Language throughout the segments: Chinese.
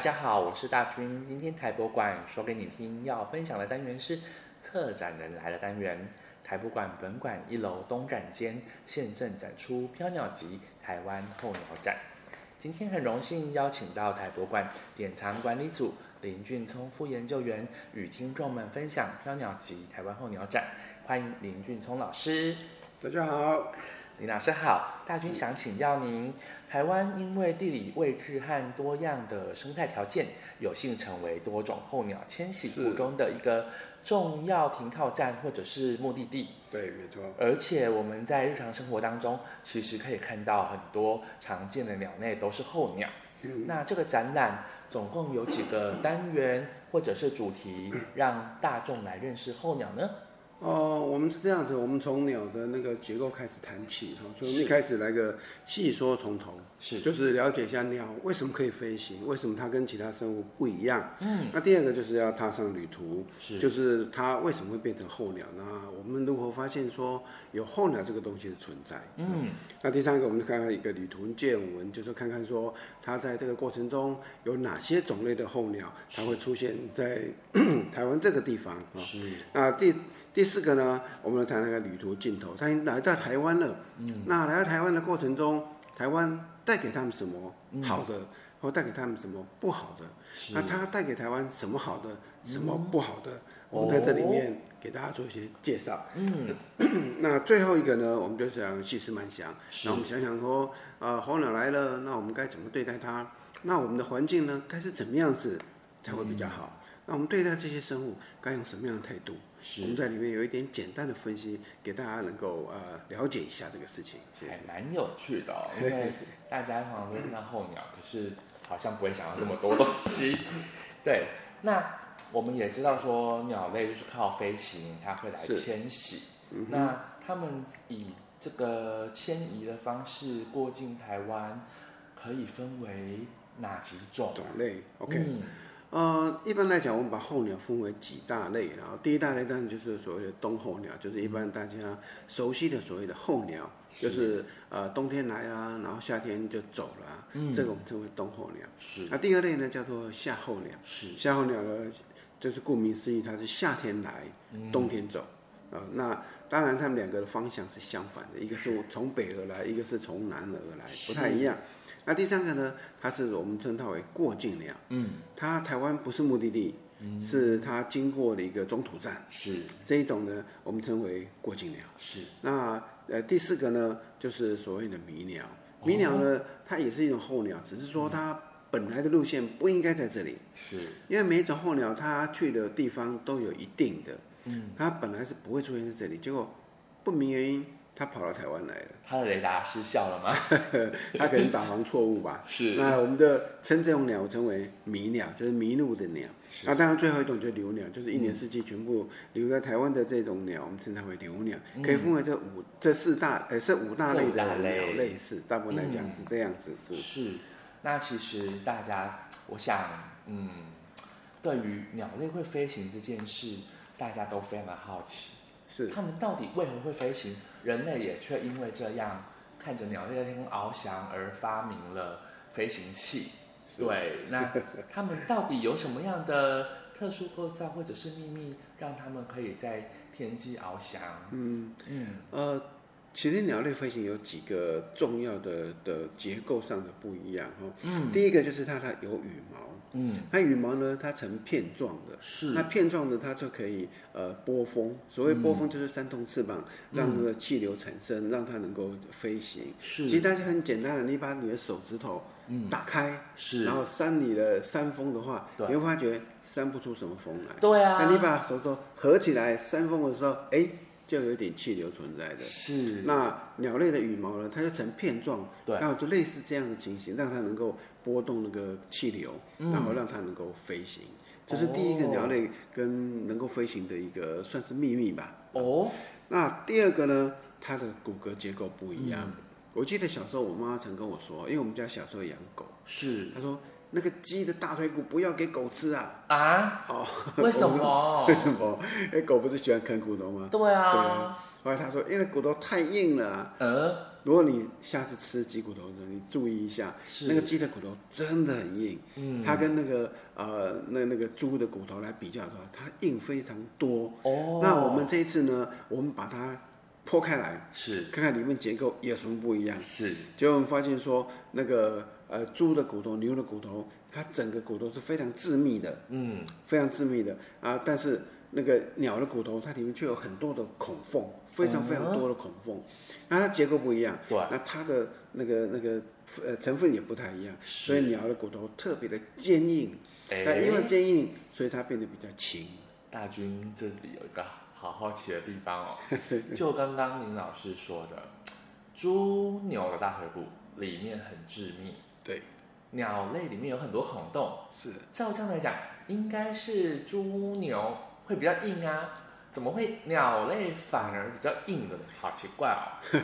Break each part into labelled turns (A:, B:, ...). A: 家好，我是大军。今天台博馆说给你听要分享的单元是策展人来了单元。台博馆本馆一楼东展间现正展出《飘鸟集》台湾候鸟展。今天很荣幸邀请到台博馆典藏管理组林俊聪副研究员与听众们分享《飘鸟集》台湾候鸟展。欢迎林俊聪老师。
B: 大家好，
A: 林老师好，大军想请教您，
B: 嗯
A: 台湾因为地理位置和多样的生态条件，有幸成为多种候鸟迁徙
B: 是
A: 途中的一个重要停靠站或者是目的地。
B: 对，没错，
A: 而且我们在日常生活当中，其实可以看到很多常见的鸟类都是候鸟。
B: 嗯
A: 那这个展览总共有几个单元或者是主题，让大众来认识候鸟呢？
B: 哦，我们是这样子，我们从鸟的那个结构开始谈起哈，所以我们一开始来个细说从头，
A: 是
B: 就是了解一下鸟为什么可以飞行，为什么它跟其他生物不一样。嗯，那第二个就是要踏上旅途，
A: 是
B: 就是它为什么会变成候鸟？那我们如何发现说有候鸟这个东西的存在？
A: 嗯，
B: 那第三个，我们就看看一个旅途见闻，就是看看说它在这个过程中有哪些种类的候鸟，它会出现在 台湾这个地方啊。
A: 是
B: 那第第四个呢，我们来谈那个旅途尽头，他已经来到台湾了。嗯，那来到台湾的过程中，台湾带给他们什么好的，或带给他们什么不好的？
A: 嗯是
B: 那他带给台湾什么好的，什么不好的？我们在这里面给大家做一些介绍。
A: 嗯，
B: 那最后一个呢，我们就想细思慢想，
A: 是
B: 那我们想想说，呃，候鸟来了，那我们该怎么对待它？那我们的环境呢，该是怎么样子才会比较
A: 嗯
B: 好？那我们对待这些生物该用什么样的态度？我
A: 是
B: 们在里面有一点简单的分析，给大家能够呃了解一下这个事情。谢
A: 还
B: 谢。
A: 蛮有趣的、哦， 因为大家通常都会看到候鸟，可是好像不会想到这么多东西。 对，那我们也知道说鸟类就是靠飞行，它会来
B: 是嗯
A: 迁徙。那它们以这个迁移的方式过境台湾，可以分为哪几种
B: 种类，OK，、
A: 嗯
B: 呃，一般来讲，我们把候鸟分为几大类，然后第一大类当然就是所谓的冬候鸟，就是一般大家熟悉的所谓的候鸟，
A: 是
B: 就是呃冬天来啦，然后夏天就走啦，
A: 嗯
B: 这个我们称为冬候鸟。
A: 是
B: 那第二类呢，叫做夏候鸟。
A: 是
B: 夏候鸟呢，就是顾名思义，它是夏天来，冬天走。呃，那当然，它们两个的方向是相反的，一个是从北而来，一个是从南而来，不太一样。那第三个呢，它是我们称它为过境鸟，
A: 嗯
B: 它台湾不是目的地，是它经过的一个中途站。
A: 是
B: 这一种呢，我们称为过境鸟。
A: 是
B: 那呃第四个呢，就是所谓的迷鸟。迷鸟呢，它也是一种候鸟，只是说它本来的路线不应该在这里。
A: 是
B: 因为每一种候鸟它去的地方都有一定的，嗯，它本来是不会出现在这里，结果不明原因它跑到台湾 来了，
A: 它的雷达失效了吗？
B: 它可能导航错误吧。
A: 是
B: 那我们的称这种鸟称为迷鸟，就是迷路的鸟。
A: 是
B: 那当然最后一种就是留鸟，就是一年四季全部留在台湾的这种鸟，我们称它为留鸟，可以分为这五这四大呃这五大类
A: 嗯这五大
B: 的
A: 类
B: 鸟类是，大部分来讲是这样子，是
A: 是，那其实大家，我想，嗯，对于鸟类会飞行这件事，大家都非常好奇，
B: 是
A: 它们到底为何会飞行？人类也却因为这样看着鸟类在天空翱翔而发明了飞行器。对，那它们到底有什么样的特殊构造或者是秘密，让它们可以在天际翱翔？嗯嗯，
B: 呃，其实鸟类飞行有几个重要的的结构上的不一样哈。嗯，第一个就是它它有羽毛，
A: 嗯，
B: 它羽毛呢它呈片状的，
A: 是
B: 嗯那片状的它就可以呃波峰，所谓波
A: 嗯
B: 峰就是扇动翅膀，让那个气流产生，让它能够飞行。
A: 是嗯
B: 其实它是很简单的，你把你的手指头打开，
A: 是
B: 然后扇你的扇风的话，
A: 对
B: 你会发觉扇不出什么风来。
A: 对啊
B: 那你把手指头合起来扇风的时候，哎，就有一点气流存在的。
A: 是
B: 那鸟类的羽毛呢，它就呈片状，
A: 对
B: 然后就类似这样的情形，让它能够波动那个气流，
A: 嗯
B: 然后让它能够飞行。这是第一个
A: 哦
B: 鸟类跟能够飞行的一个算是秘密吧。
A: 哦，
B: 那第二个呢，它的骨骼结构不一样。
A: 嗯
B: 我记得小时候，我妈曾跟我说，因为我们家小时候养狗，
A: 是
B: 她说那个鸡的大腿骨不要给狗吃啊。
A: 啊？
B: 哦，
A: 为什么哦
B: 为什么？哎，狗不是喜欢啃骨头吗？
A: 对啊，
B: 对啊后来他说，因为骨头太硬了啊、
A: 呃，
B: 如果你下次吃鸡骨头的时候，你注意一下，
A: 是
B: 那个鸡的骨头真的很硬，
A: 嗯，
B: 它跟那个呃那那个猪的骨头来比较的话，它硬非常多。
A: 哦，
B: 那我们这一次呢，我们把它剖开来，
A: 是
B: 看看里面结构有什么不一样。
A: 是
B: 结果我们发现说，那个呃猪的骨头、牛的骨头，它整个骨头是非常致密的，
A: 嗯
B: 非常致密的啊。但是那个鸟的骨头，它里面却有很多的孔缝，非常非常多的孔缝。那它结构不一样，
A: 对
B: 那它的那个那个呃成分也不太一样，
A: 是
B: 所以鸟的骨头特别的坚硬。
A: 哎
B: 那因为坚硬，所以它变得比较轻。
A: 大军这里有一个好好奇的地方哦， 就刚刚林老师说的，猪牛的大腿骨里面很致密，
B: 对，
A: 鸟类里面有很多孔洞，
B: 是。
A: 照这样来讲，应该是猪牛会比较硬啊，怎么会鸟类反而比较硬的呢？好奇怪哦。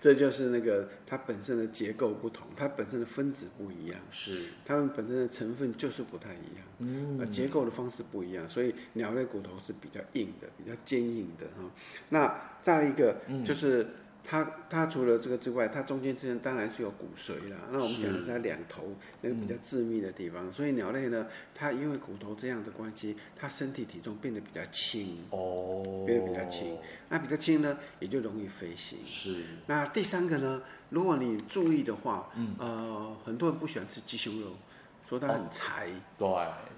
B: 这就是那个它本身的结构不同，它本身的分子不一样，
A: 是，
B: 它们本身的成分就是不太一样，呃
A: 嗯，
B: 结构的方式不一样，所以鸟类骨头是比较硬的，比较坚硬的哈、那再一个
A: 嗯
B: 就是它它除了这个之外，它中间之间当然是有骨髓啦。那我们
A: 是嗯
B: 讲的是它两头那个比较致密的地方，所以鸟类呢，它因为骨头这样的关系，它身体体重变得比较轻，
A: 哦，
B: 变得比较轻，那比较轻呢，也就容易飞行。
A: 是，
B: 那第三个呢，如果你注意的话，
A: 嗯
B: 呃，很多人不喜欢吃鸡胸肉，说它很柴，
A: 对，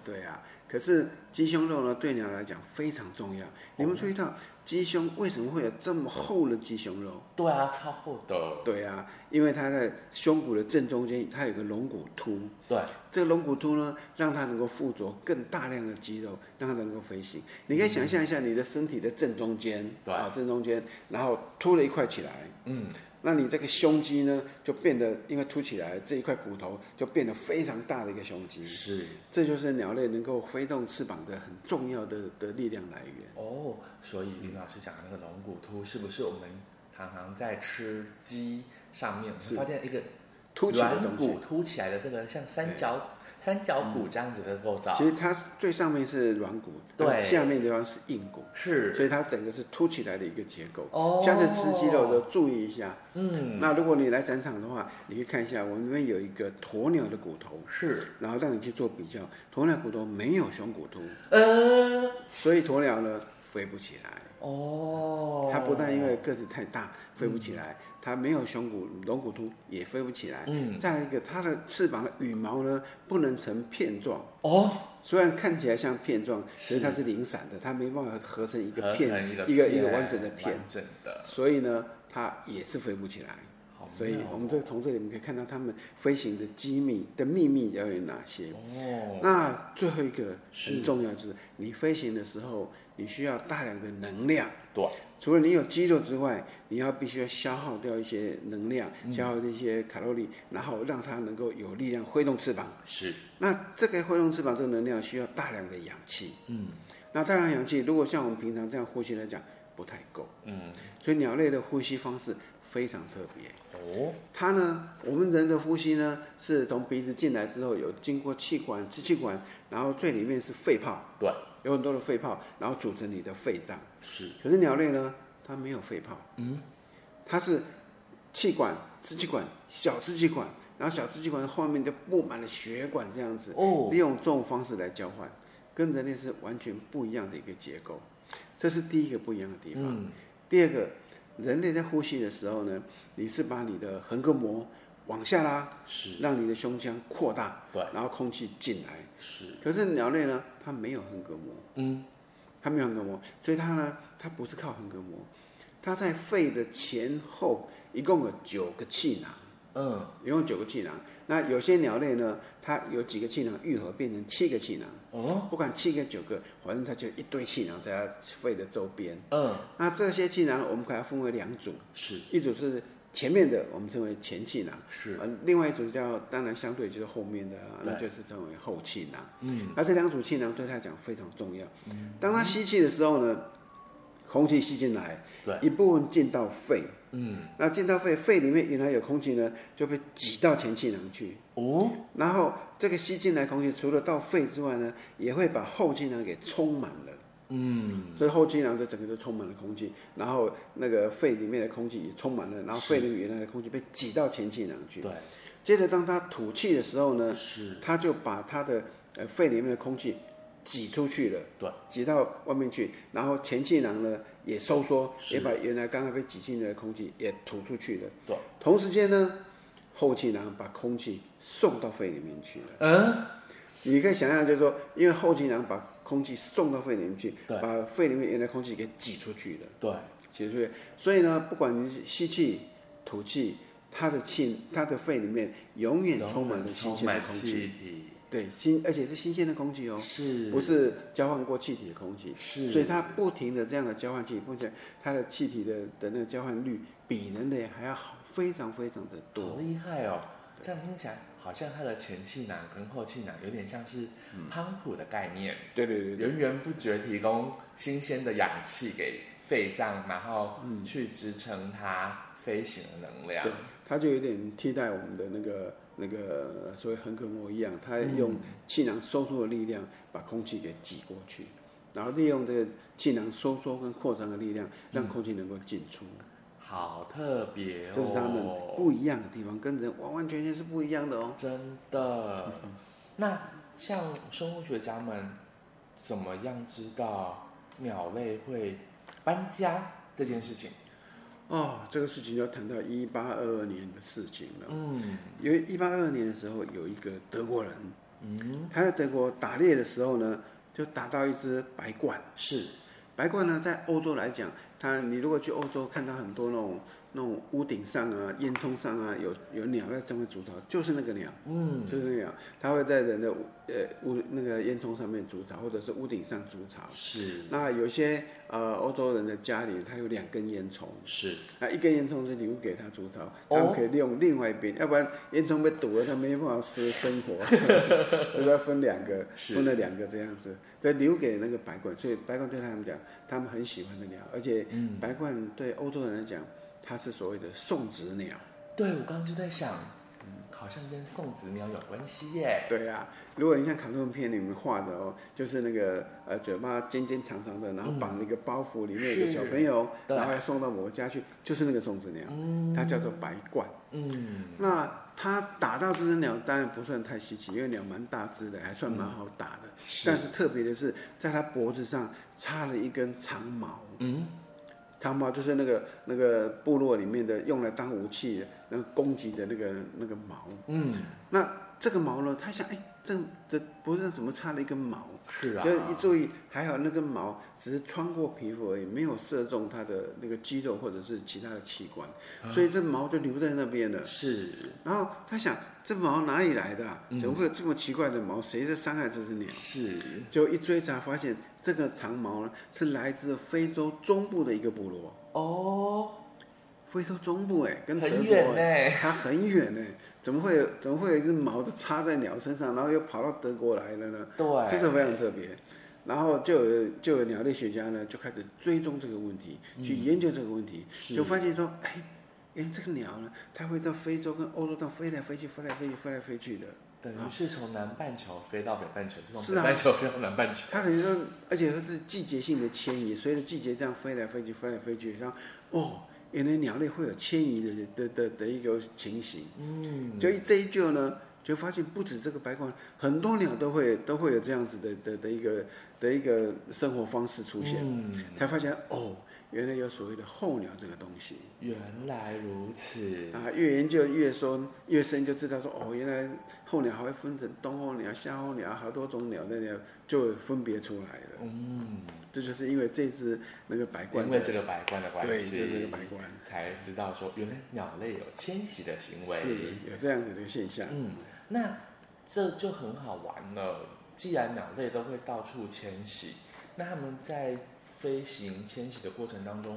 B: 对啊。
A: 哦
B: 可是鸡胸肉呢，对鸟来讲非常重要。你
A: 哦
B: 们注意到鸡胸为什么会有这么厚的鸡胸肉？
A: 对啊，超厚的，
B: 对啊，因为它在胸骨的正中间，它有个龙骨突。
A: 对，
B: 这个龙骨突呢，让它能够附着更大量的肌肉，让它能够飞行。你可以想象一下，你的身体的正中间，
A: 嗯对
B: 啊，正中间，然后凸了一块起来，
A: 嗯，
B: 那你这个胸肌呢，就变得因为凸起来这一块骨头就变得非常大的一个胸肌，
A: 是。
B: 这就是鸟类能够挥动翅膀的很重要的的力量来源。
A: 哦，所以林老师讲的那个龙骨突，是不是我们常常在吃鸡上面会
B: 是
A: 发现一个
B: 凸起的
A: 软
B: 东西嗯
A: 骨，凸起来的那个像三角三角骨这样子的构造
B: 其？实它是最上面是软骨，
A: 对
B: 但是下面的地方是硬骨，
A: 是
B: 所以它整个是凸起来的一个结构。
A: 哦，
B: 下次吃鸡肉的时候注意一下。
A: 嗯，
B: 那如果你来展场的话，你可以看一下，我们那边有一个鸵鸟的骨头，
A: 是
B: 然后让你去做比较。鸵鸟骨头没有胸骨突，
A: 呃
B: 所以鸵鸟呢飞不起来。
A: 哦，
B: 它不但因为个子太大飞不起来，它没有胸骨龙骨突也飞不起来。
A: 嗯
B: 再一个，它的翅膀的羽毛呢不能成片状，
A: 哦
B: 虽然看起来像片状，
A: 是
B: 其实它是零散的，它没办法合成一个
A: 合
B: 片，
A: 成一个
B: 一个一个完整的片
A: 哦完整的，
B: 所以呢它也是飞不起来。
A: 好
B: 所以
A: 妙
B: 我们这从这里我们可以看到它们飞行的机密的秘密要有哪些。
A: 哦
B: 那最后一个
A: 是
B: 很重要就是，你飞行的时候，你需要大量的能量。
A: 对，
B: 除了你有肌肉之外，你要必须要消耗掉一些能量，
A: 嗯
B: 消耗一些卡路里，然后让它能够有力量挥动翅膀。
A: 是
B: 那这个挥动翅膀这个能量需要大量的氧气，
A: 嗯
B: 那大量氧气如果像我们平常这样呼吸来讲不太够，
A: 嗯
B: 所以鸟类的呼吸方式非常特别。
A: 哦
B: 它呢，我们人的呼吸呢，是从鼻子进来之后，有经过气管、支气管，然后最里面是肺泡，
A: 对
B: 有很多的肺泡，然后组成你的肺脏。
A: 是
B: 可是鸟类呢，它没有肺泡，
A: 嗯，
B: 它是气管、支气管、小支气管，然后小支气管后面就布满了血管，这样子，
A: 哦
B: 利用这种方式来交换，跟人类是完全不一样的一个结构，这是第一个不一样的地方。
A: 嗯
B: 第二个，人类在呼吸的时候呢，你是把你的横膈膜往下拉，
A: 是
B: 让你的胸腔扩大，
A: 对
B: 然后空气进来。
A: 是
B: 可是鸟类呢，它没有横膈膜，
A: 嗯
B: 它没有横膈膜，所以它呢，它不是靠横膈膜，它在肺的前后一共有九个气囊，
A: 嗯
B: 一共有九个气囊。那有些鸟类呢，它有几个气囊愈合变成七个气囊，
A: 哦
B: 不管七个九个，反正它就一堆气囊在它肺的周边。
A: 嗯
B: 那这些气囊我们把它分为两组，
A: 是
B: 一组是前面的，我们称为前气囊，
A: 是
B: 呃，另外一组叫当然相对就是后面的啦，
A: 对
B: 那就是称为后气囊。
A: 嗯
B: 那这两组气囊对他来讲非常重要。当他吸气的时候呢，空气吸进来，
A: 对
B: 一部分进到肺，
A: 嗯
B: 那进到肺，肺里面原来有空气呢，就被挤到前气囊去。
A: 哦
B: 然后这个吸进来空气，除了到肺之外呢，也会把后气囊给充满了。
A: 嗯，
B: 所以后脊梁的整个都充满了空气，然后那个肺里面的空气也充满了，然后肺里面原来的空气被挤到前气囊去。
A: 对，
B: 接着当他吐气的时候呢，
A: 是，
B: 他就把他的呃肺里面的空气挤出去了，
A: 对，
B: 挤到外面去，然后前气囊呢也收缩，
A: 是
B: 也把原来刚刚被挤进来的空气也吐出去了。
A: 对，
B: 同时间呢，后气囊把空气送到肺里面去了。
A: 嗯，
B: 你可以想象，就是说，因为后气囊把空气送到肺里面去，
A: 对
B: 把肺里面原来空气给挤出去了。
A: 对，
B: 挤出去，所以呢，不管你是吸气、吐气，它的气，它的肺里面永远充满了新鲜的空气。
A: 气体，
B: 对，新而且是新鲜的空气哦，
A: 是，
B: 不是交换过气体的空气。
A: 是，
B: 所以它不停的这样的交换气体，并且它的气体的的那个交换率比人类还要好，非常非常的
A: 好
B: 多。
A: 厉害哦！这样听起来，好像它的前气囊跟后气囊有点像是汤普的概念，
B: 对嗯对对对，
A: 源源不绝提供新鲜的氧气给肺脏，然后去支撑它飞行的能量
B: 嗯对。它就有点替代我们的那个那个所谓横膈膜一样，它
A: 嗯
B: 用气囊收缩的力量把空气给挤过去，然后利用这个气囊收缩跟扩张的力量，让空气能够进出。
A: 好特别哦！
B: 这是它们不一样的地方，跟人完完全全是不一样的哦。
A: 真的。
B: 嗯
A: 那像生物学家们怎么样知道鸟类会搬家这件事情？
B: 哦，这个事情要谈到一八二二年的事情了。
A: 嗯
B: 因为一八二二年的时候，有一个德国人，
A: 嗯，
B: 他在德国打猎的时候呢，就打到一只白鹳。
A: 是
B: 白鹳呢，在欧洲来讲，它你如果去欧洲看到很多那种那种屋顶上啊、烟囱上啊，有有鸟在上面筑巢，就是那个鸟，
A: 嗯
B: 就是那个鸟，它会在人的屋呃屋那个烟囱上面筑巢，或者是屋顶上筑巢。
A: 是
B: 那有些呃欧洲人的家里，它有两根烟囱，
A: 是
B: 那啊一根烟囱是礼物给它筑巢，
A: 哦
B: 他们可以利用另外一边，要不然烟囱被堵了，它没办法生生 活，所以它分两个，
A: 是
B: 分了两个这样子，再留给那个白鹳，所以白鹳对他们讲，他们很喜欢的鸟，而且
A: 嗯，
B: 白鹳对欧洲人来讲，它是所谓的送子鸟，
A: 对我刚刚就在想，嗯好像跟送子鸟有关系耶。
B: 对啊，如果你像卡通片里面画的哦，就是那个呃嘴巴尖尖长长的，然后绑了一个包袱，里面有个
A: 嗯是
B: 小朋友，
A: 对
B: 然后要送到某个家去，就是那个送子鸟，它叫做白鹳。
A: 嗯，
B: 那他打到这只鸟当然不算太稀奇，因为鸟蛮大只的，还算蛮好打的。
A: 嗯
B: 但
A: 是
B: 是特别的是，在它脖子上插了一根长矛，
A: 嗯
B: 长矛就是那个那个部落里面的用来当武器的那个攻击的那个那个矛。
A: 嗯
B: 那这个毛呢，他想，哎，这这脖子上怎么插了一根毛？
A: 是啊，
B: 就一注意，还好那根毛只是穿过皮肤而已，没有射中它的那个肌肉或者是其他的器官，
A: 啊
B: 所以这毛就留在那边了。
A: 是
B: 然后他想，这毛哪里来的、啊？怎么会有这么奇怪的毛？谁在伤害这只鸟？
A: 嗯是
B: 就一追查，发现这个长毛呢是来自非洲中部的一个部落。
A: 哦，非
B: 非洲中部哎、跟德
A: 很
B: 国
A: 远
B: 哎、
A: 呢。
B: 它很远哎、怎么会有怎么会有一只毛就插在鸟身上，然后又跑到德国来了呢？
A: 对，
B: 这个非常特别。然后就有就有鸟类学家呢就开始追踪这个问题，去研究这个问题，
A: 嗯是
B: 就发现说，哎，原来这个鸟呢，它会在非洲跟欧洲上飞来飞去，飞来飞去，飞来飞去的。
A: 等于是从南半球飞到北半球，是从
B: 是
A: 北
B: 啊
A: 半球飞到南半球。
B: 它等于说，而且它是季节性的迁移，随着季节这样飞来飞去，飞来飞去，然后哦，原来鸟类会有迁移的的的的一个情形。
A: 嗯，
B: 就这一句呢，就发现不止这个白鹳，很多鸟都会都会有这样子的的的一个的一个生活方式出现，
A: 嗯，
B: 才发现哦，原来有所谓的候鸟这个东西。
A: 原来如此。
B: 啊，越研究越说越深，就知道说哦，原来候鸟还会分成冬候鸟、夏候鸟，好多种鸟的鸟就分别出来了。
A: 嗯，
B: 这就是因为这只那个白鹳的，
A: 因为这个白鹳的关
B: 对，就是那个
A: 系
B: 白，鹳，
A: 才知道说原来鸟类有迁徙的行为。
B: 是有这样子的一个现象。
A: 嗯，那这就很好玩了。既然鸟类都会到处迁徙，那它们在飞行迁徙的过程当中，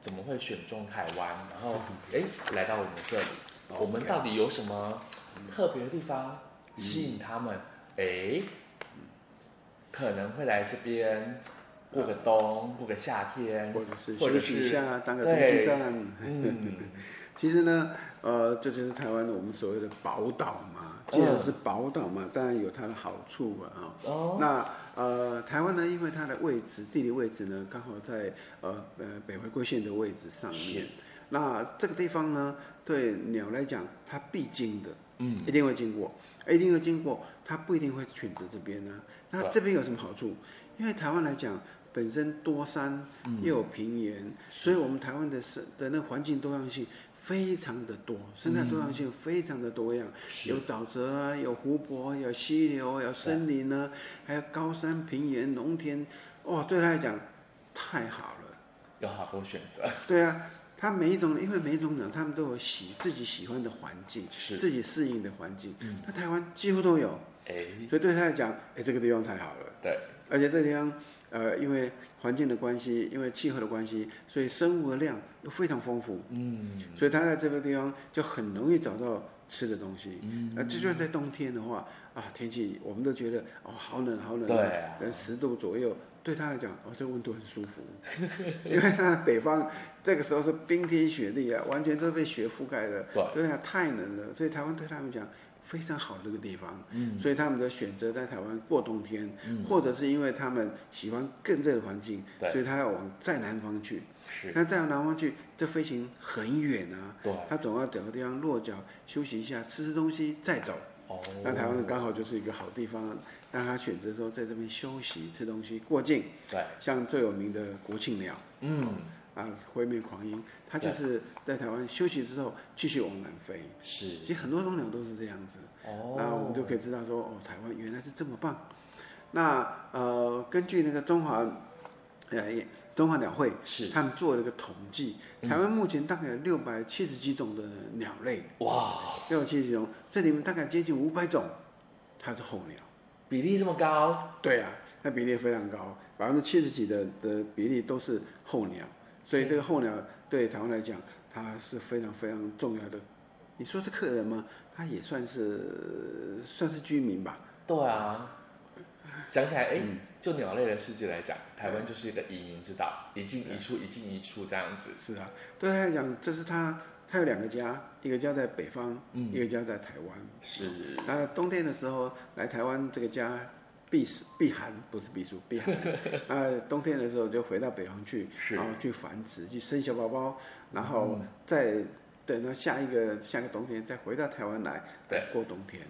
A: 怎么会选中台湾？然 后，哎，来到我们这里，我们到底有什么特别的地方吸引它们？哎，可能会来这边过个冬，过个夏天。
B: 或者是
A: 或者
B: 休
A: 是
B: 息一下，当个中
A: 对
B: 继站。
A: 嗯，
B: 其实呢，呃，这就是台湾的我们所谓的宝岛嘛，既然是宝岛嘛，当然有它的好处啊。啊
A: 哦，
B: 那呃，台湾呢，因为它的位置地理位置呢，刚好在呃呃北回归线的位置上
A: 是
B: 面。那这个地方呢，对鸟来讲，它必经的，
A: 嗯，
B: 一定会经过，一定会经过，它不一定会选择这边呢、啊那
A: 对
B: 这边有什么好处？因为台湾来讲，本身多山
A: 嗯
B: 又有平原，所以我们台湾的生的那个环境多样性非常的多，生态多样性非常的多样。
A: 嗯是
B: 有沼泽啊，有湖泊，有溪流，有森林呢、还有高山、平原、农田，哦，对他来讲太好了。
A: 有好多选择，
B: 对啊，他每一种，因为每一种鸟，他们都有喜自己喜欢的环境，
A: 是嗯
B: 自己适应的环境。那台湾几乎都有，
A: 哎，
B: 所以对他来讲，哎，这个地方太好了。
A: 对，
B: 而且这地方，呃，因为环境的关系，因为气候的关系，所以生物的量又非常丰富。
A: 嗯，
B: 所以他在这个地方就很容易找到吃的东西。嗯，那就算在冬天的话，啊，天气我们都觉得哦，好冷好冷，
A: 对啊
B: 呃，十度左右，对他来讲，哦，这个温度很舒服，因为他在北方这个时候是冰天雪地啊，完全都被雪覆盖了，
A: 对
B: 对啊，太冷了，所以台湾对他们讲。非常好的一个地方，嗯，所以他们的选择在台湾过冬天，嗯、或者是因为他们喜欢更热的环境，
A: 对
B: 所以他要往再南方去。
A: 是，
B: 那再往南方去，这飞行很远啊，
A: 对，
B: 他总要找个地方落脚休息一下，吃吃东西再走。
A: 哦，
B: 那台湾刚好就是一个好地方，让他选择说在这边休息、吃东西、过境。
A: 对，
B: 像最有名的国庆鸟
A: 嗯，
B: 啊，灰面狂鹰，它就是在台湾休息之后继续往南飞。
A: 是，
B: 其实很多种鸟都是这样子，
A: 哦，
B: 那我们就可以知道说，哦，台湾原来是这么棒。那呃，根据那个中华，呃，中华鸟会。
A: 是，嗯
B: 他们做了一个统计，台湾目前大概有六百七十几种的鸟类，
A: 哇，
B: 六百七十几种，这里面大概接近五百种，它是候鸟。
A: 比例这么高，
B: 对啊，那比例非常高，百分之七十几的的比例都是候鸟，所以这个候鸟对台湾来讲，它是非常非常重要的。你说是客人吗？它也算是算是居民吧。
A: 对啊。讲起来，哎，
B: 嗯
A: 就鸟类的世界来讲，台湾就是一个移民之岛，一进一出，一进一出这样子。
B: 是啊，对他来讲，这是他，他有两个家，一个家在北方，一个家在台湾。
A: 是，
B: 那冬天的时候来台湾这个家避暑避寒，不是 避暑避寒。那冬天的时候就回到北方去，
A: 是嗯
B: 然后去繁殖，去生小宝宝，然后再等到下一个下个冬天再回到台湾来，
A: 对
B: 再过冬天。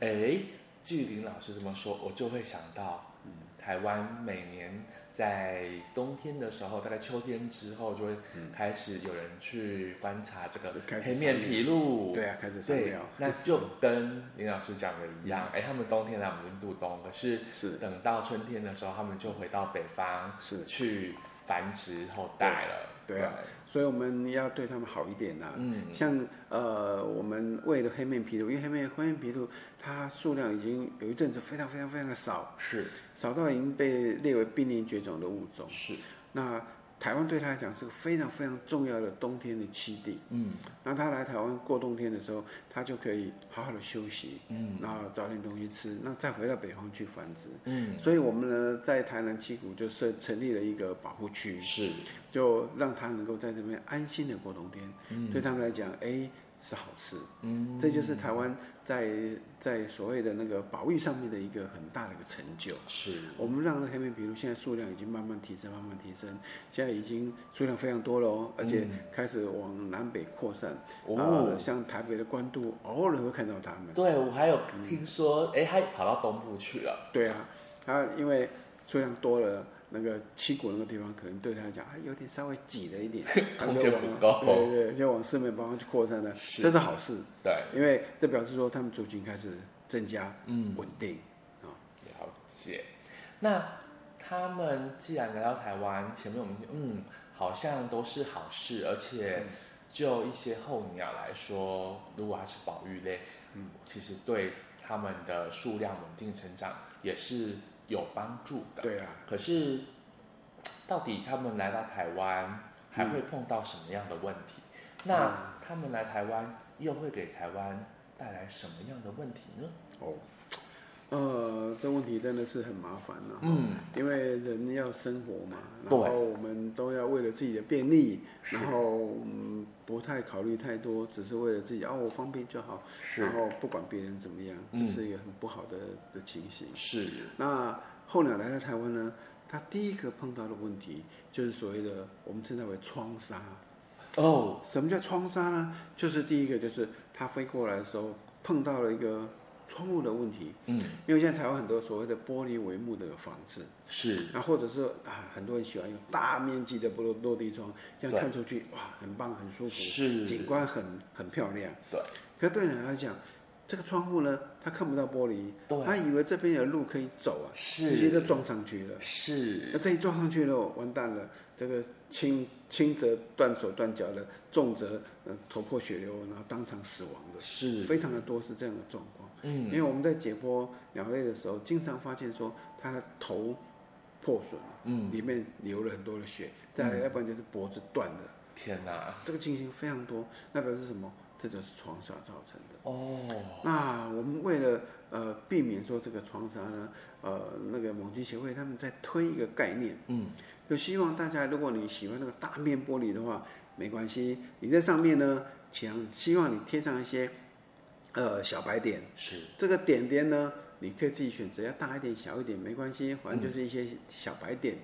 A: 哎，据林老师这么说，我就会想到，嗯台湾每年在冬天的时候，大概秋天之后，就会开始有人去观察这个
B: 嗯就开始
A: 黑面琵鹭。
B: 对啊，开始上
A: 对
B: 料，
A: 那就跟林老师讲的一样，哎，他们冬天来我们度冬，可是
B: 嗯是
A: 等到春天的时候，他们就回到北方
B: 是
A: 去繁殖后代了。
B: 对啊所以我们要对他们好一点呐、啊
A: 嗯，
B: 像呃，我们喂的黑面琵鹭，因为黑面黑面琵鹭它数量已经有一阵子非常非常非常的少，
A: 是
B: 少到已经被列为濒临绝种的物种。
A: 是，
B: 那台湾对他来讲是个非常非常重要的冬天的栖地。
A: 嗯
B: 那他来台湾过冬天的时候，他就可以好好的休息，
A: 嗯
B: 然后找点东西吃，那再回到北方去繁殖。
A: 嗯，
B: 所以我们呢，在台南七股就设成立了一个保护区，
A: 是
B: 就让他能够在这边安心的过冬天。对他们来讲，哎，是好事。
A: 嗯，
B: 这就是台湾在在所谓的那个保育上面的一个很大的一个成就。
A: 是
B: 我们让那黑面琵鹭现在数量已经慢慢提升，慢慢提升，现在已经数量非常多了哦，而且开始往南北扩散。然后
A: 嗯哦
B: 呢，像台北的关渡，偶尔会看到它们。
A: 对，我还有听说，哎、他跑到东部去了。，
B: 对啊，它因为数量多了，那个七股那个地方可能对它来讲，啊，有点稍微挤了一点
A: 空间
B: 它就
A: 不
B: 往
A: 够
B: 对对对，就往四面八方去扩散了，
A: 是
B: 这是好事，
A: 对，
B: 因为这表示说它们族群开始增加，
A: 嗯，
B: 稳定。
A: 了解。那他们既然来到台湾，前面我们嗯，好像都是好事，而且就一些候鸟来说，如果它是保育类，嗯，其实对它们的数量稳定成长也是有帮助的。
B: 对啊，
A: 可是，到底他们来到台湾还会碰到什么样的问题？那他们来台湾又会给台湾带来什么样的问题呢？
B: 哦，呃，这问题真的是很麻烦了、
A: 嗯，
B: 因为人要生活嘛，然
A: 对
B: 后我们都要为了自己的便利，
A: 是
B: 然后嗯不太考虑太多，只是为了自己哦，我方便就好，
A: 嗯是
B: 然后不管别人怎么样，
A: 嗯
B: 这是一个很不好的的情形。
A: 是，
B: 那候鸟来到台湾呢，它第一个碰到的问题就是所谓的我们称它为窗纱。
A: 哦，
B: 什么叫窗纱呢？就是第一个就是它飞过来的时候碰到了一个窗户的问题，
A: 嗯，
B: 因为现在台湾很多所谓的玻璃帷幕的房子，
A: 是，
B: 那或者是啊很多人喜欢用大面积的玻璃落地窗，这样
A: 对
B: 看出去哇很棒很舒服，
A: 是，
B: 景观很很漂亮。
A: 对，
B: 可对人来讲，这个窗户呢，他看不到玻璃，
A: 对
B: 他以为这边有路可以走啊，
A: 是
B: 直接就撞上去了。
A: 是，
B: 那这一撞上去了，完蛋了，这个轻轻则断手断脚的，重则呃头破血流，然后当场死亡的，
A: 是，
B: 非常的多是这样的状况。因
A: 嗯，
B: 为我们在解剖鸟类的时候，经常发现说它的头破损了，
A: 嗯，
B: 里面流了很多的血，再来要不然就是脖子断的，
A: 天哪，
B: 这个情形非常多，那表示什么？这就是窗纱造成的。
A: 哦，
B: 那我们为了呃避免说这个窗纱呢，呃那个猛禽协会他们在推一个概念，
A: 嗯，
B: 就希望大家如果你喜欢那个大面玻璃的话，没关系，你在上面呢，想希望你贴上一些呃小白点，
A: 是，
B: 这个点点呢，你可以自己选择要大一点、小一点，没关系，反正就是一些小白点。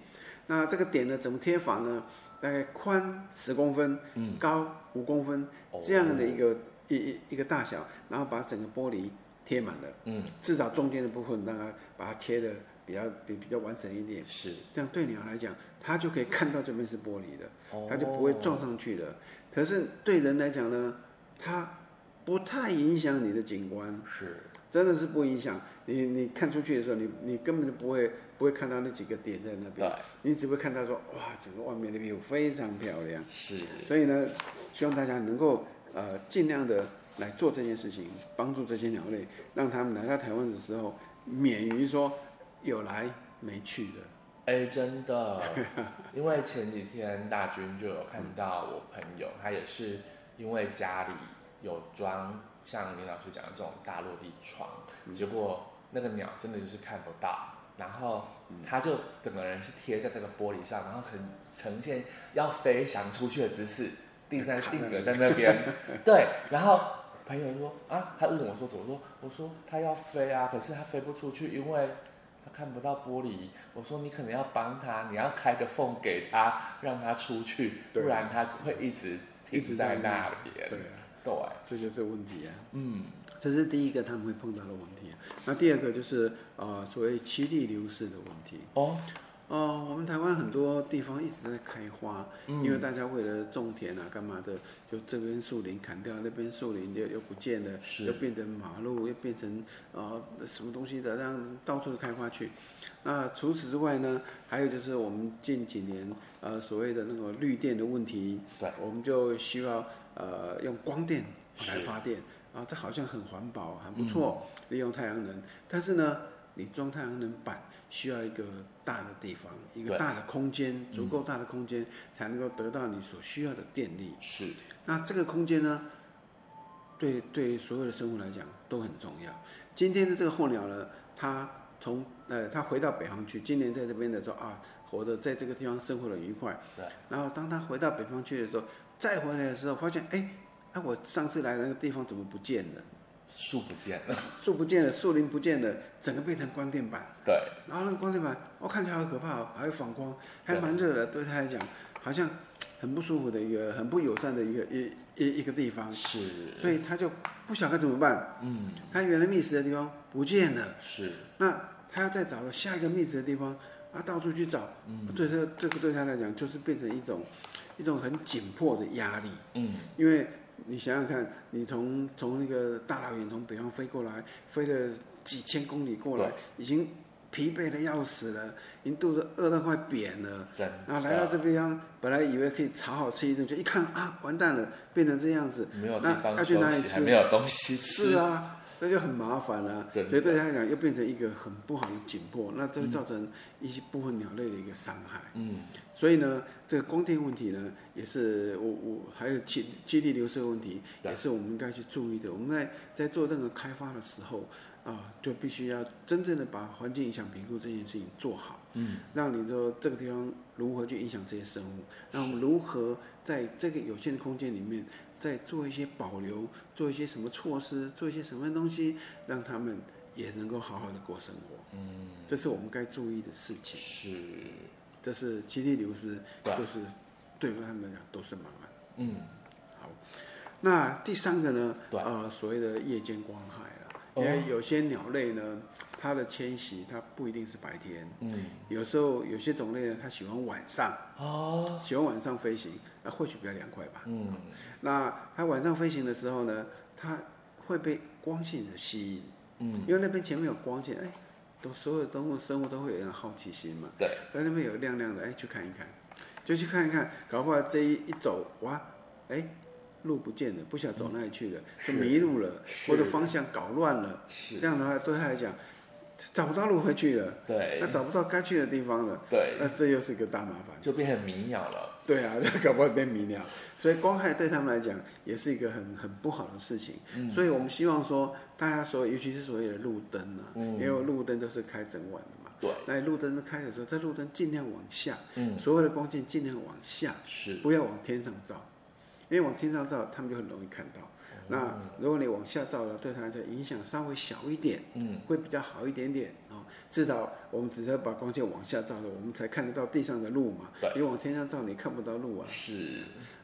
B: 那这个点呢，怎么贴法呢？大概宽十公分，
A: 嗯，
B: 高五公分，
A: 哦
B: 这样的一个、一一一个大小，然后把整个玻璃贴满了，
A: 嗯，
B: 至少中间的部分，让它把它贴的比较比比较完整一点。
A: 是，
B: 这样对鸟来讲，它就可以看到这边是玻璃的，
A: 哦，
B: 它就不会撞上去了。可是对人来讲呢，它不太影响你的景观。
A: 是，
B: 真的是不影响你。你看出去的时候，你你根本就不会不会看到那几个点在那
A: 对，
B: 边，你只会看到说哇，整个外面的 view 非常漂亮。
A: 是，
B: 所以呢，希望大家能够呃尽量的来做这件事情，帮助这些鸟类，让他们来到台湾的时候，免于说有来没去的。
A: 哎，真的，因为前几天大军就有看到我朋友，他也是因为家里有装像林老师讲的这种大落地窗，结果那个鸟真的就是看不到，然后他就整个人是贴在那个玻璃上，然后呈呈现要飞翔出去的姿势，定在
B: 卡在
A: 定
B: 那
A: 格在那边，对，然后。朋友就说啊，他问我说怎么说？我说他要飞啊，可是他飞不出去，因为他看不到玻璃，我说你可能要帮他，你要开个缝给他，让他出去，
B: 对
A: 不然他会一直
B: 一
A: 停
B: 直
A: 在
B: 在
A: 那边。
B: 对啊，
A: 对，
B: 这就是问题啊。
A: 嗯，
B: 这是第一个他们会碰到的问题、啊那第二个就是呃所谓栖地流失的问题。
A: 哦，
B: 哦，我们台湾很多地方一直在开花，
A: 嗯
B: 因为大家为了种田啊，干嘛的，就这边树林砍掉，那边树林又又不见了，
A: 是
B: 又变成马路，又变成呃什么东西的，让到处开花去。那除此之外呢，还有就是我们近几年呃所谓的那个绿电的问题，
A: 对，
B: 我们就需要呃用光电来
A: 是嗯
B: 发电啊，这好像很环保，很不错，利用太阳能。但是呢，你装太阳能板需要一个大的地方，一个
A: 对嗯
B: 大的空间，足够大的空间才能够得到你所需要的电力。
A: 是，
B: 那这个空间呢，对对所有的生物来讲都很重要。今天的这个候鸟呢，它从呃它回到北方去，今年在这边的时候啊，活得在这个地方生活的愉快。
A: 对。
B: 然后当它回到北方去的时候，再回来的时候，发现哎，那、我上次来的那个地方怎么不见了？
A: 树不见了，
B: 树不见了，树林不见了，整个变成光电板。
A: 对，
B: 然后那个光电板，我、看起来好可怕哦，还会反光，还
A: 对
B: 蛮热的，对他来讲，好像很不舒服的一个，很不友善的一个一一一个地方，
A: 是，
B: 所以他就不晓得该怎么办。
A: 嗯，
B: 他原来觅食的地方不见了，
A: 是，
B: 那他要再找到下一个觅食的地方，啊，到处去找，
A: 嗯
B: 对这这个对他来讲就是变成一种一种很紧迫的压力。
A: 嗯，
B: 因为你想想看，你从从那个大老远从北方飞过来，飞了几千公里过来
A: 对，
B: 已经疲惫的要死了，已经肚子饿到快扁了。
A: 真
B: 然后啊来到
A: 的
B: 这边，本来以为可以炒好吃一顿，就一看啊，完蛋了，变成这样子。
A: 没有
B: 那
A: 地方
B: 要去哪
A: 休
B: 里
A: 息，
B: 吃
A: 还没有东西
B: 是
A: 吃，
B: 啊，这就很麻烦了、
A: 真的
B: 所以对他来讲，又变成一个很不好的紧迫，那这会造成一些部分鸟类的一个伤害。
A: 嗯，
B: 所以呢，这个光电问题呢，也是我我还有基基地流失的问题，
A: 对
B: 也是我们应该去注意的。我们在在做任何开发的时候啊、啊，就必须要真正的把环境影响评估这件事情做好，嗯，让你说这个地方如何去影响这些生物，那我们如何在这个有限的空间里面，再做一些保留，做一些什么措施，做一些什么东西，让他们也能够好好的过生活，嗯，这是我们该注意的事情，
A: 是，
B: 这是集体流失，
A: 对
B: 就是对他们来讲都是麻烦。
A: 嗯，
B: 那第三个呢？
A: 对
B: 呃，所谓的夜间光害了，
A: 哦
B: 因为有些鸟类呢，它的迁徙它不一定是白天，
A: 嗯，
B: 有时候有些种类呢，它喜欢晚上，
A: 哦，
B: 喜欢晚上飞行，那或许比较凉快吧。
A: 嗯，
B: 那它晚上飞行的时候呢，它会被光线的吸引，
A: 嗯，
B: 因为那边前面有光线，哎，都所有动物生物都会有点好奇心嘛，
A: 对，
B: 哎，那边有亮亮的，哎，去看一看，就去看一看，搞不好这一一走，哇，哎，路不见了，不晓得走哪里去了，
A: 是
B: 就迷路了，
A: 嗯是
B: 或者方向搞乱了，
A: 是，
B: 这样的话对他来讲，找不到路回去了，
A: 对
B: 那，找不到该去的地方了，
A: 对，
B: 那这又是一个大麻烦。
A: 就变成迷鸟了。
B: 对啊， 这搞不好被迷鸟，所以光害对他们来讲也是一个很很不好的事情。
A: 嗯
B: 所以我们希望说，大家所有尤其是所有的路灯啊，
A: 嗯
B: 因为路灯都是开整晚的嘛。
A: 对，
B: 那路灯开的时候，这路灯尽量往下，
A: 嗯，
B: 所有的光线尽量往下，
A: 是，
B: 不要往天上照，因为往天上照，他们就很容易看到。那如果你往下照了，对他的影响稍微小一点，
A: 嗯，
B: 会比较好一点点啊、哦。至少我们只是把光线往下照的，我们才看得到地上的路嘛
A: 对。
B: 你往天上照，你看不到路啊，
A: 是，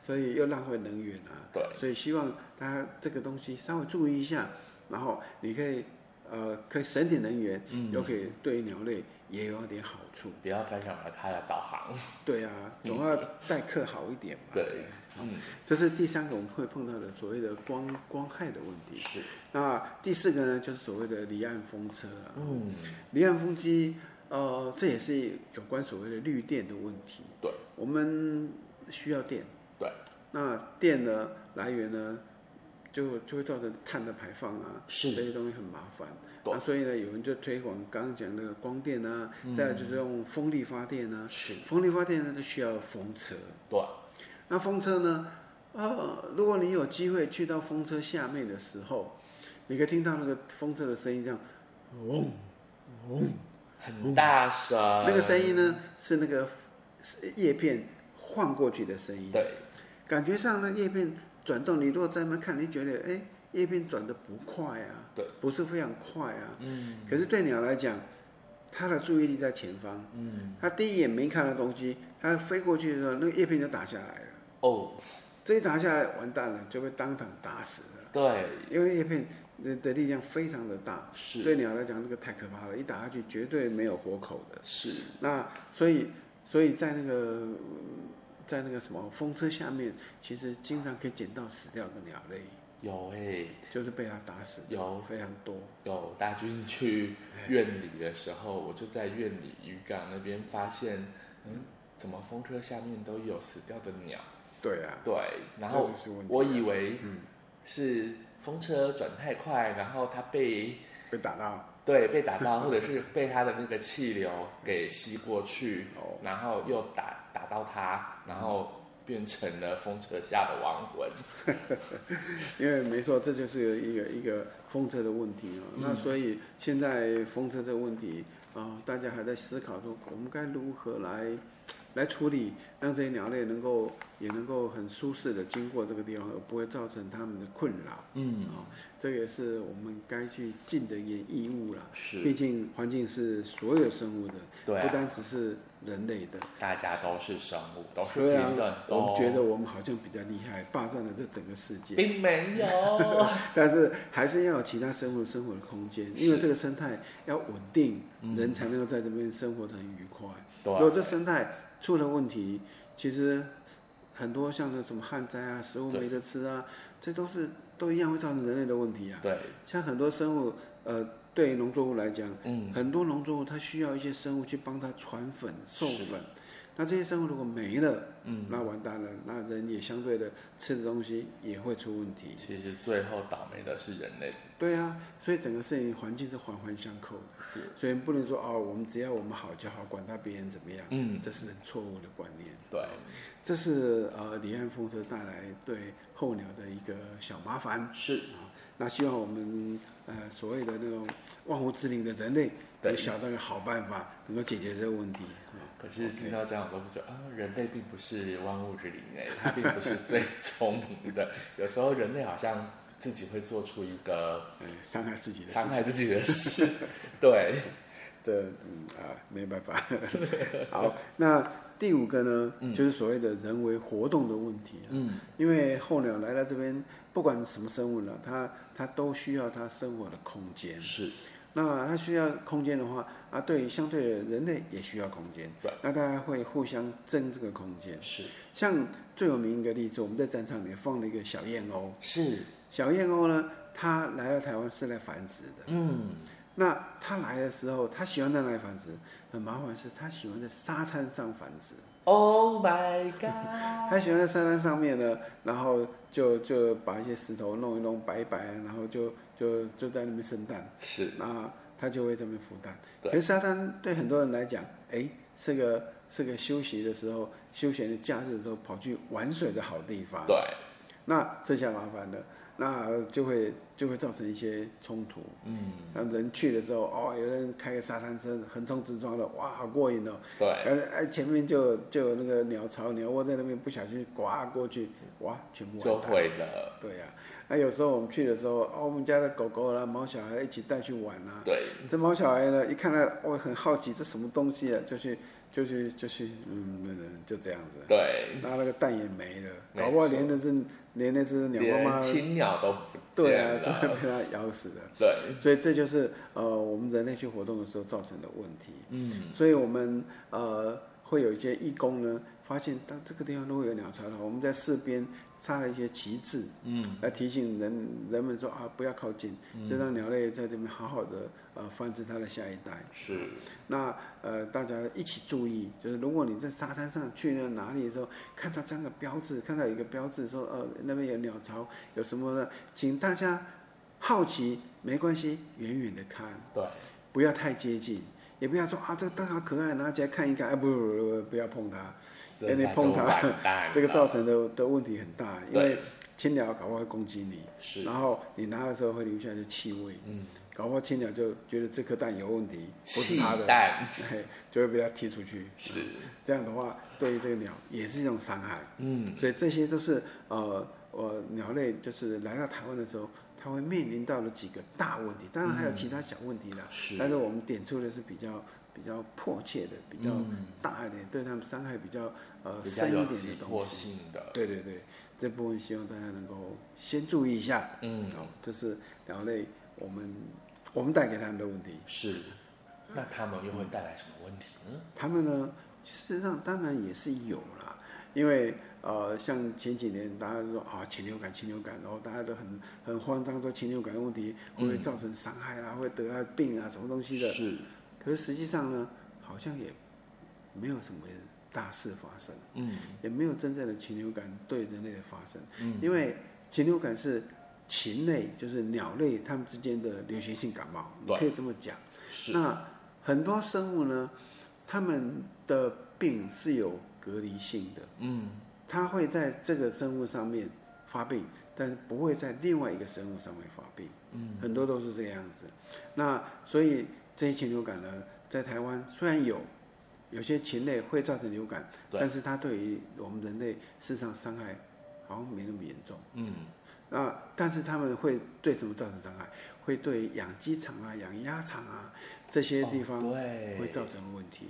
B: 所以又浪费能源啊。
A: 对，
B: 所以希望大家这个东西稍微注意一下，然后你可以呃可以省点能源，
A: 嗯
B: 又可以对鸟类也有点好处。
A: 不要干扰了它的导航。
B: 对啊，总要待客好一点
A: 嗯
B: 嘛。啊
A: 对，嗯，
B: 这是第三个我们会碰到的所谓的光光害的问题。
A: 是，
B: 那第四个呢，就是所谓的离岸风车啊了。
A: 嗯，
B: 离岸风机，呃，这也是有关所谓的绿电的问题。
A: 对，
B: 我们需要电。
A: 对，
B: 那电呢来源呢，就就会造成碳的排放啊，
A: 是
B: 这些东西很麻烦。
A: 对
B: 那所以呢，有人就推广刚刚讲的光电啊，
A: 嗯
B: 再来就是用风力发电啊。
A: 是，
B: 风力发电呢，就需要风车。
A: 对，
B: 那风车呢？呃，如果你有机会去到风车下面的时候，你可以听到那个风车的声音，这样，嗡嗡，
A: 很大声，
B: 那个声音呢是那个是叶片晃过去的声音，
A: 对，
B: 感觉上那叶片转动，你如果在那边看，你觉得哎，叶片转的不快啊，
A: 对，
B: 不是非常快啊。
A: 嗯
B: 可是对鸟来讲，它的注意力在前方，
A: 嗯，
B: 它第一眼没看到东西，它飞过去的时候，那个叶片就打下来了。
A: 哦，
B: 这一打下来，完蛋了，就被当场打死了。
A: 对，
B: 因为叶片的的力量非常的大，对
A: 是，
B: 鸟来讲这个太可怕了，一打下去绝对没有活口的。
A: 是，
B: 那所以，所以在那个嗯在那个什么风车下面，其实经常可以捡到死掉的鸟类，
A: 有诶，
B: 就是被它打死的，
A: 有
B: 非常多。
A: 有大军去院里的时候，我就在院里渔港那边发现，嗯，怎么风车下面都有死掉的鸟？
B: 对啊，
A: 对，然后
B: 这就是问题
A: 我以为是风车转太快，然后它被
B: 被打到
A: 对被打到，或者是被它的那个气流给吸过去，
B: 哦，
A: 然后又打打到它，然后变成了风车下的亡魂。
B: 因为没错，这就是一个一个风车的问题哦。
A: 嗯
B: 那所以现在风车这个问题啊、大家还在思考说，我们该如何来来处理，让这些鸟类能够也能够很舒适的经过这个地方，而不会造成它们的困扰。
A: 嗯，
B: 啊、这个也是我们该去尽的一个义务啦。毕
A: 是，
B: 竟环境是所有生物的，
A: 对
B: 不
A: 啊，
B: 单只是人类的。
A: 大家都是生物，都哦是
B: 虽然
A: 平等的
B: 啊我
A: 哦
B: 们觉得我们好像比较厉害，霸占了这整个世界，
A: 并没 有。啊
B: 但是还是要有其他生物生活的空间，因为
A: 是
B: 这个生态要稳定，人才能够在这边生活得很愉快。如
A: 对，
B: 果
A: 啊
B: 这生态出了问题，其实很多像那什么旱灾啊、食物
A: 对
B: 没得吃啊，这都是都一样会造成人类的问题啊。
A: 对，
B: 像很多生物，呃，对农作物来讲，
A: 嗯，
B: 很多农作物它需要一些生物去帮它传粉、授
A: 是
B: 粉。那这些生物如果没了，
A: 嗯，
B: 那完蛋了，那人也相对的吃的东西也会出问题。
A: 其实最后倒霉的是人类自己。
B: 对啊，所以整个事情环境是环环相扣的，所以不能说哦，我们只要我们好就好，管他别人怎么样，
A: 嗯，
B: 这是很错误的观念。
A: 对，
B: 这是呃离岸风车带来对候鸟的一个小麻烦。
A: 是，
B: 那希望我们呃所谓的那种万物之灵的人类，
A: 对
B: 能想到一个好办法，能够解决这个问题。啊
A: 可是听到这样，我都觉得啊，人类并不是万物之灵哎，他并不是最 聪明的。有时候人类好像自己会做出一个
B: 呃，伤害自己的事
A: 伤害自己的 事，对，
B: 这嗯啊，没 办法。好，那第五个呢，就是所谓的人为活动的问题、啊。
A: 嗯，
B: 因为候鸟来到这边，不管是什么生物了，它它都需要它生活的空间。
A: 是
B: 那它需要空间的话，啊，对于相对的人类也需要空间。
A: 对，
B: 那大家会互相争这个空间。
A: 是
B: 像最有名一个例子，我们在战场里放了一个小燕鸥。
A: 是，
B: 小燕鸥呢，它来到台湾是来繁殖的。
A: 嗯，
B: 那它来的时候，它喜欢在哪里繁殖？很麻烦是，它喜欢在沙滩上繁殖。
A: Oh my god！
B: 它喜欢在沙滩上面呢，然后就就把一些石头弄一弄摆一摆，然后就就就在那边生蛋。
A: 是
B: 那它啊就会这边孵蛋。
A: 对
B: 可是沙滩对很多人来讲，哎，是个是个休息的时候、休闲的假日的时候跑去玩水的好地方。
A: 对，
B: 那这下麻烦了，那就会就会造成一些冲突。
A: 嗯，
B: 让人去的时候，哦，有人开个沙滩车横冲直撞的，哇，好过瘾哦！
A: 对，
B: 但是哎，前面就就有那个鸟巢、鸟窝在那边，不小心刮过去，哇，全部
A: 就
B: 完蛋。
A: 毁了，
B: 对呀、那有时候我们去的时候，哦，我们家的狗狗啦、毛小孩一起带去玩啊啦、
A: 对，
B: 这毛小孩呢，一看到我、哦、很好奇，这什么东西啊，就去就去就去，嗯，嗯就这样子。
A: 对，
B: 那那个蛋也没了，
A: 没
B: 搞不好
A: 错
B: 连那只连那只鸟妈
A: 连
B: 妈，
A: 青鸟都不
B: 对
A: 见
B: 啊，都会
A: 了，
B: 被它咬死的。
A: 对，
B: 所以这就是呃我们人类去活动的时候造成的问题。
A: 嗯，
B: 所以我们呃会有一些义工呢，发现当这个地方如果有鸟巢的话，我们在四边插了一些旗帜，
A: 嗯，
B: 来提醒人人们说啊不要靠近，就让鸟类在这边好好的呃繁殖它的下一代。
A: 是，
B: 那呃，大家一起注意，就是如果你在沙滩上去了哪里的时候，看到这样的标志，看到有一个标志说，呃，那边有鸟巢，有什么的，请大家好奇没关系，远远的看，
A: 对，
B: 不要太接近，也不要说啊，这个蛋好可爱，拿起来看一看，哎，不不不不，不要碰它，哎你
A: 那就
B: 碰它
A: 完蛋
B: 这个
A: 了
B: 造成的的问题很大，因
A: 哎
B: 为啊
A: 对
B: 青鸟搞不好会攻击你，
A: 是，
B: 然后你拿的时候会留下一些气味，
A: 嗯，
B: 搞不好青鸟就觉得这颗蛋有问题，不是
A: 气
B: 它的。
A: 蛋
B: 嘿就会被它踢出去。
A: 是，
B: 这样的话，对于这个鸟也是一种伤害。
A: 嗯，
B: 所以这些都是呃呃鸟类就是来到台湾的时候，它会面临到了几个大问题，当然还有其他小问题啦。
A: 是，
B: 但是我们点出的是比较比较迫切的、比较
A: 嗯
B: 大一点，对它们伤害比较呃
A: 比较
B: 深一
A: 有
B: 点
A: 急
B: 的东
A: 迫
B: 西。
A: 性的，
B: 对对对，这部分希望大家能够先注意一下。
A: 嗯，
B: 好，这是鸟类我们我们带给他们的问题。
A: 是，那他们又会带来什么问题呢？
B: 他们呢，事实上当然也是有啦，因为呃，像前几年大家都说啊禽流感，禽流感，然后大家都很很慌张，说禽流感的问题会不会造成伤害啊，会得啊病啊什么东西的。
A: 是，
B: 可是实际上呢，好像也没有什么大事发生，
A: 嗯
B: 也没有真正的禽流感对人类的发生，
A: 嗯，
B: 因为禽流感是。禽类就是鸟类，它们之间的流行性感冒，你
A: 对
B: 可以这么讲。
A: 是，
B: 那很多生物呢，它们的病是有隔离性的，
A: 嗯，
B: 它会在这个生物上面发病，但是不会在另外一个生物上面发病。
A: 嗯，
B: 很多都是这个样子。那所以这些禽流感呢，在台湾虽然有。有些禽类会造成流感，
A: 对
B: 但是它对于我们人类事实上伤害好像没那么严重。
A: 嗯，
B: 那但是他们会对什么造成伤害？会对养鸡场啊、养鸭场啊这些地方
A: 哦
B: 会
A: 对，
B: 造成问题。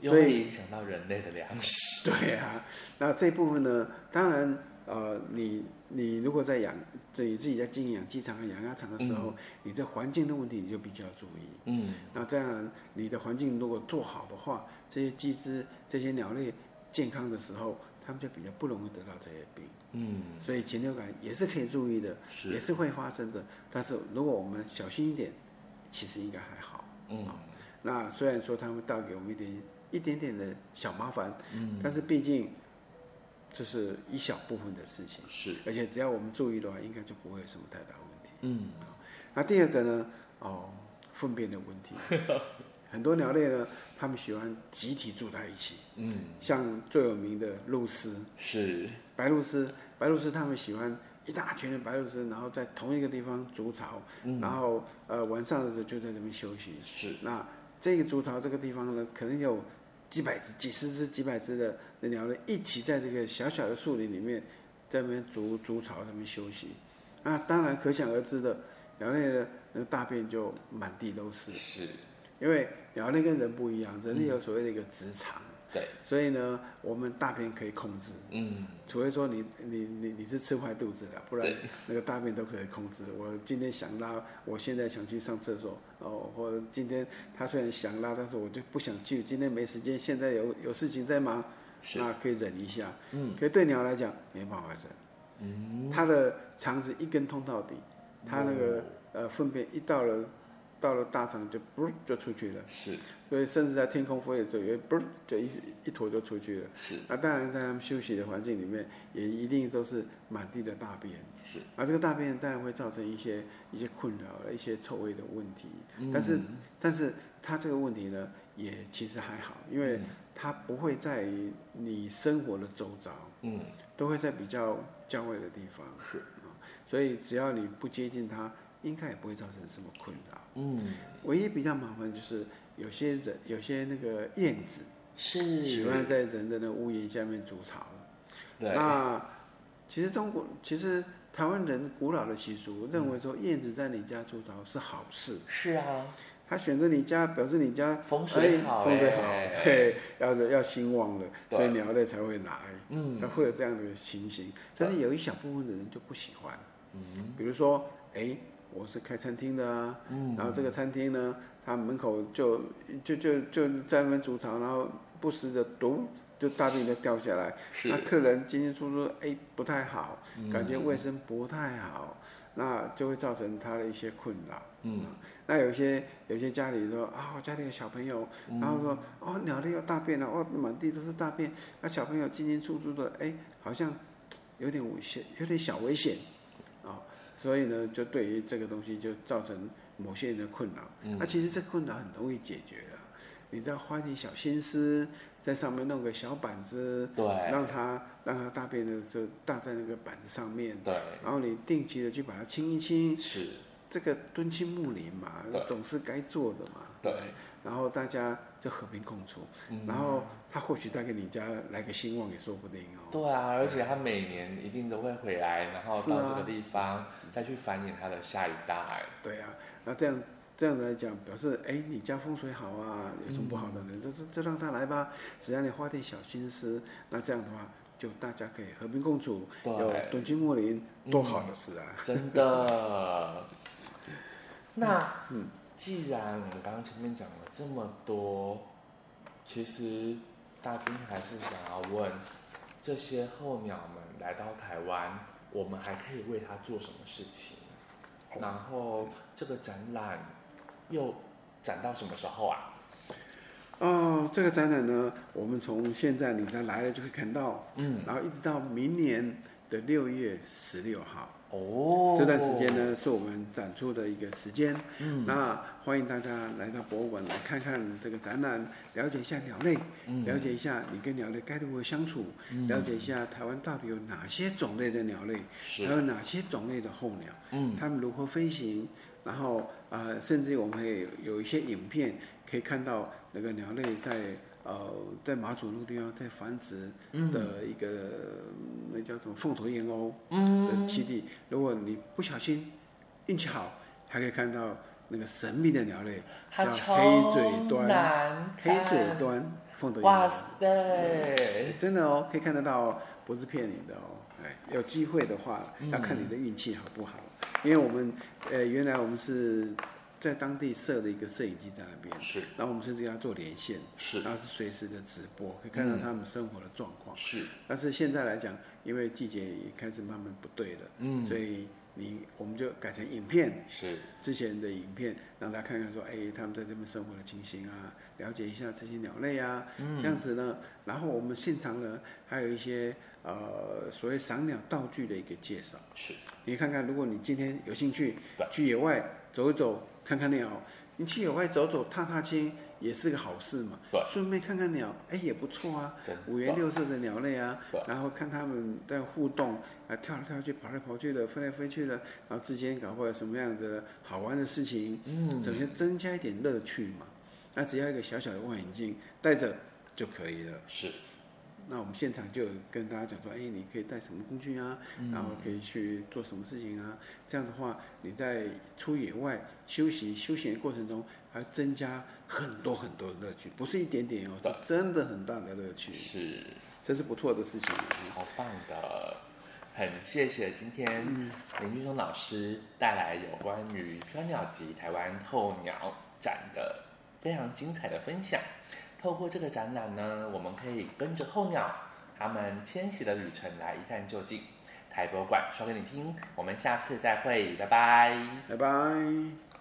A: 又
B: 所以
A: 会影响到人类的粮食，
B: 对啊，那这部分呢，当然呃，你你如果在养自己自己在经营养鸡场和养鸭场的时候，你这环境的问题你就必须要注意。
A: 嗯，
B: 那这样你的环境如果做好的话，这些鸡只、这些鸟类健康的时候，它们就比较不容易得到这些病。
A: 嗯，
B: 所以禽流感也是可以注意的，也
A: 是，
B: 是会发生的。但是如果我们小心一点，其实应该还好。
A: 嗯
B: 那虽然说他们带给我们一点一点点的小麻烦，
A: 嗯，
B: 但是毕竟这是一小部分的事情，
A: 是，
B: 而且只要我们注意的话，应该就不会有什么太大问题。
A: 嗯，
B: 那第二个呢，哦，粪便的问题，很多鸟类呢，它们喜欢集体住在一起，
A: 嗯，
B: 像最有名的鹭鸶、
A: 是，
B: 白鹭鸶，白鹭鸶它们喜欢一大群的白鹭鸶，然后在同一个地方筑巢，
A: 嗯
B: 然后呃晚上的时候就在这边休息。
A: 是，
B: 那这个筑巢这个地方呢，可能有几百只、几十只、几百只的鸟类一起在这个小小的树林里面，在那边筑筑巢，在那边休息。那当然可想而知的，鸟类的那个大便就满地都是，
A: 是，
B: 因为鸟类跟人不一样，人类有所谓的一个直肠，
A: 对，
B: 所以呢，我们大便可以控制。
A: 嗯，
B: 除非说你你你你是吃坏肚子了，不然
A: 对
B: 那个大便都可以控制。我今天想拉，我现在想去上厕所哦，或者今天他虽然想拉，但是我就不想去，今天没时间，现在有有事情在忙，
A: 是，
B: 那可以忍一下。
A: 嗯，
B: 可是对鸟来讲没办法忍，
A: 嗯，
B: 它的肠子一根通到底，它那个、
A: 哦
B: 呃粪便一到了到了大肠就嘣就出去了，
A: 是
B: 所以甚至在天空飞的时候也嘣就一一坨就出去了。
A: 是
B: 那当然，在他们休息的环境里面，也一定都是满地的大便。
A: 是，
B: 啊，这个大便当然会造成一些一些困扰、一些臭味的问题。
A: 嗯
B: 但是，但是它这个问题呢，也其实还好，因为它不会在你生活的周遭，
A: 嗯，
B: 都会在比较郊外的地方。
A: 是
B: 啊，所以只要你不接近它，应该也不会造成什么困扰。
A: 嗯，
B: 唯一比较麻烦就是有些人，有些那个燕子
A: 是
B: 喜欢在人的那个屋檐下面筑巢。
A: 对，
B: 那啊其实中国，其实台湾人古老的习俗认为说燕子在你家筑巢是好事，
A: 是啊，
B: 它选择你家表示你家
A: 风水
B: 哎
A: 好，
B: 风水
A: 哎
B: 好，，对，要要兴旺了，
A: 对
B: 所以鸟类才会来，
A: 嗯
B: 它会有这样的情形。但是有一小部分的人就不喜欢，
A: 嗯
B: 比如说，哎，我是开餐厅的啊，
A: 嗯，
B: 然后这个餐厅呢，它门口就就就就在那边筑巢，然后不时的咚就大便就掉下来。
A: 是
B: 那客人进进出出，哎，不太好，感觉
A: 嗯
B: 卫生不太好，那就会造成他的一些困扰。
A: 嗯
B: 那有些有些家里说啊，我家里有小朋友，
A: 嗯
B: 然后说哦，鸟类要大便了，哦，满地都是大便，那小朋友进进出出的，哎，好像有点危险，有点小危险，啊、所以呢，就对于这个东西就造成某些人的困扰。
A: 嗯
B: 那其实这困扰很容易解决的，你只要花点小心思，在上面弄个小板子，
A: 对
B: 让它让它大便的时候搭在那个板子上面，
A: 对
B: 然后你定期的去把它清一清，
A: 是，
B: 这个敦亲睦邻嘛
A: 对，
B: 总是该做的嘛。
A: 对，
B: 然后大家就和平共处，
A: 嗯
B: 然后他或许带给你家来个兴旺也说不定哦。
A: 对啊，而且他每年一定都会回来，然后
B: 是
A: 到
B: 啊
A: 这个地方再去繁衍他的下一代。
B: 对啊，那这样这样来讲，表示哎，你家风水好啊，有什么不好的呢？这这这让他来吧，只要你花点小心思，那这样的话就大家可以和平共处，
A: 对
B: 有敦亲睦邻，多好的事啊！
A: 真 的。那，既然我们刚刚前面讲了这么多，其实大兵还是想要问，这些候鸟们来到台湾，我们还可以为它做什么事情？然后这个展览又展到什么时候啊？
B: 哦，这个展览呢，我们从现在你才来了就会看到，
A: 嗯，
B: 然后一直到明年的六月十六号，
A: 哦，
B: 这段时间，呢是我们展出的一个时间。
A: 嗯，
B: 那欢迎大家来到博物馆来看看这个展览，了解一下鸟类，
A: 嗯
B: 了解一下你跟鸟类该如何相处，
A: 嗯
B: 了解一下台湾到底有哪些种类的鸟类，还
A: 是，
B: 有哪些种类的候鸟。
A: 嗯，
B: 他们如何飞行，然后呃，甚至我们也有一些影片可以看到那个鸟类在呃在马祖那个地方在繁殖的一个、嗯那叫什么凤头燕鸥的
A: 嗯，
B: 栖地。如果你不小心运气好，还可以看到那个神秘的鸟类，
A: 它
B: 叫
A: 超
B: 黑嘴端
A: 难
B: 黑嘴
A: 看
B: 端凤头燕
A: 哇
B: 鸥，
A: 塞！
B: 真的哦，可以看得到、哦，不是骗你的哦。哎，有机会的话
A: 嗯，
B: 要看你的运气好不好。因为我们，呃，原来我们是在当地设的一个摄影机在那边，
A: 是
B: 然后我们甚至要做连线，
A: 是
B: 然后是随时的直播，可以看到他们生活的状况。
A: 是，
B: 但是现在来讲，因为季节也开始慢慢不对了，
A: 嗯
B: 所以你我们就改成影片，
A: 是
B: 之前的影片，让大家看看说，哎，他们在这边生活的情形啊，了解一下这些鸟类啊，
A: 嗯
B: 这样子呢。然后我们现场呢，还有一些呃所谓赏鸟道具的一个介绍，
A: 是，
B: 你看看，如果你今天有兴趣
A: 对
B: 去野外走一走，看看鸟，你去野外走走踏踏青，也是个好事嘛
A: 对。
B: 顺便看看鸟，哎，也不错啊，
A: 真
B: 五颜六色的鸟类啊
A: 对，
B: 然后看它们在互动，啊，跳来跳去，跑来跑去的，飞来飞去的，然后之间搞或者什么样的好玩的事情，
A: 嗯，
B: 首先增加一点乐趣嘛。那只要一个小小的望远镜带着就可以了。
A: 是，
B: 那我们现场就有跟大家讲说，哎，你可以带什么工具啊，
A: 嗯
B: 然后可以去做什么事情啊。这样的话，你在出野外休息休闲的过程中，还增加很多很多的乐趣，不是一点点哦，
A: 对
B: 是真的很大的乐趣，
A: 是
B: 这是不错的事情。
A: 超嗯棒的，很谢谢今天林俊松老师带来有关于飘鸟及台湾候鸟展的非常精彩的分享。透过这个展览呢，我们可以跟着候鸟它们迁徙的旅程来一探究竟。台博馆说给你听，我们下次再会，拜拜。
B: 拜拜。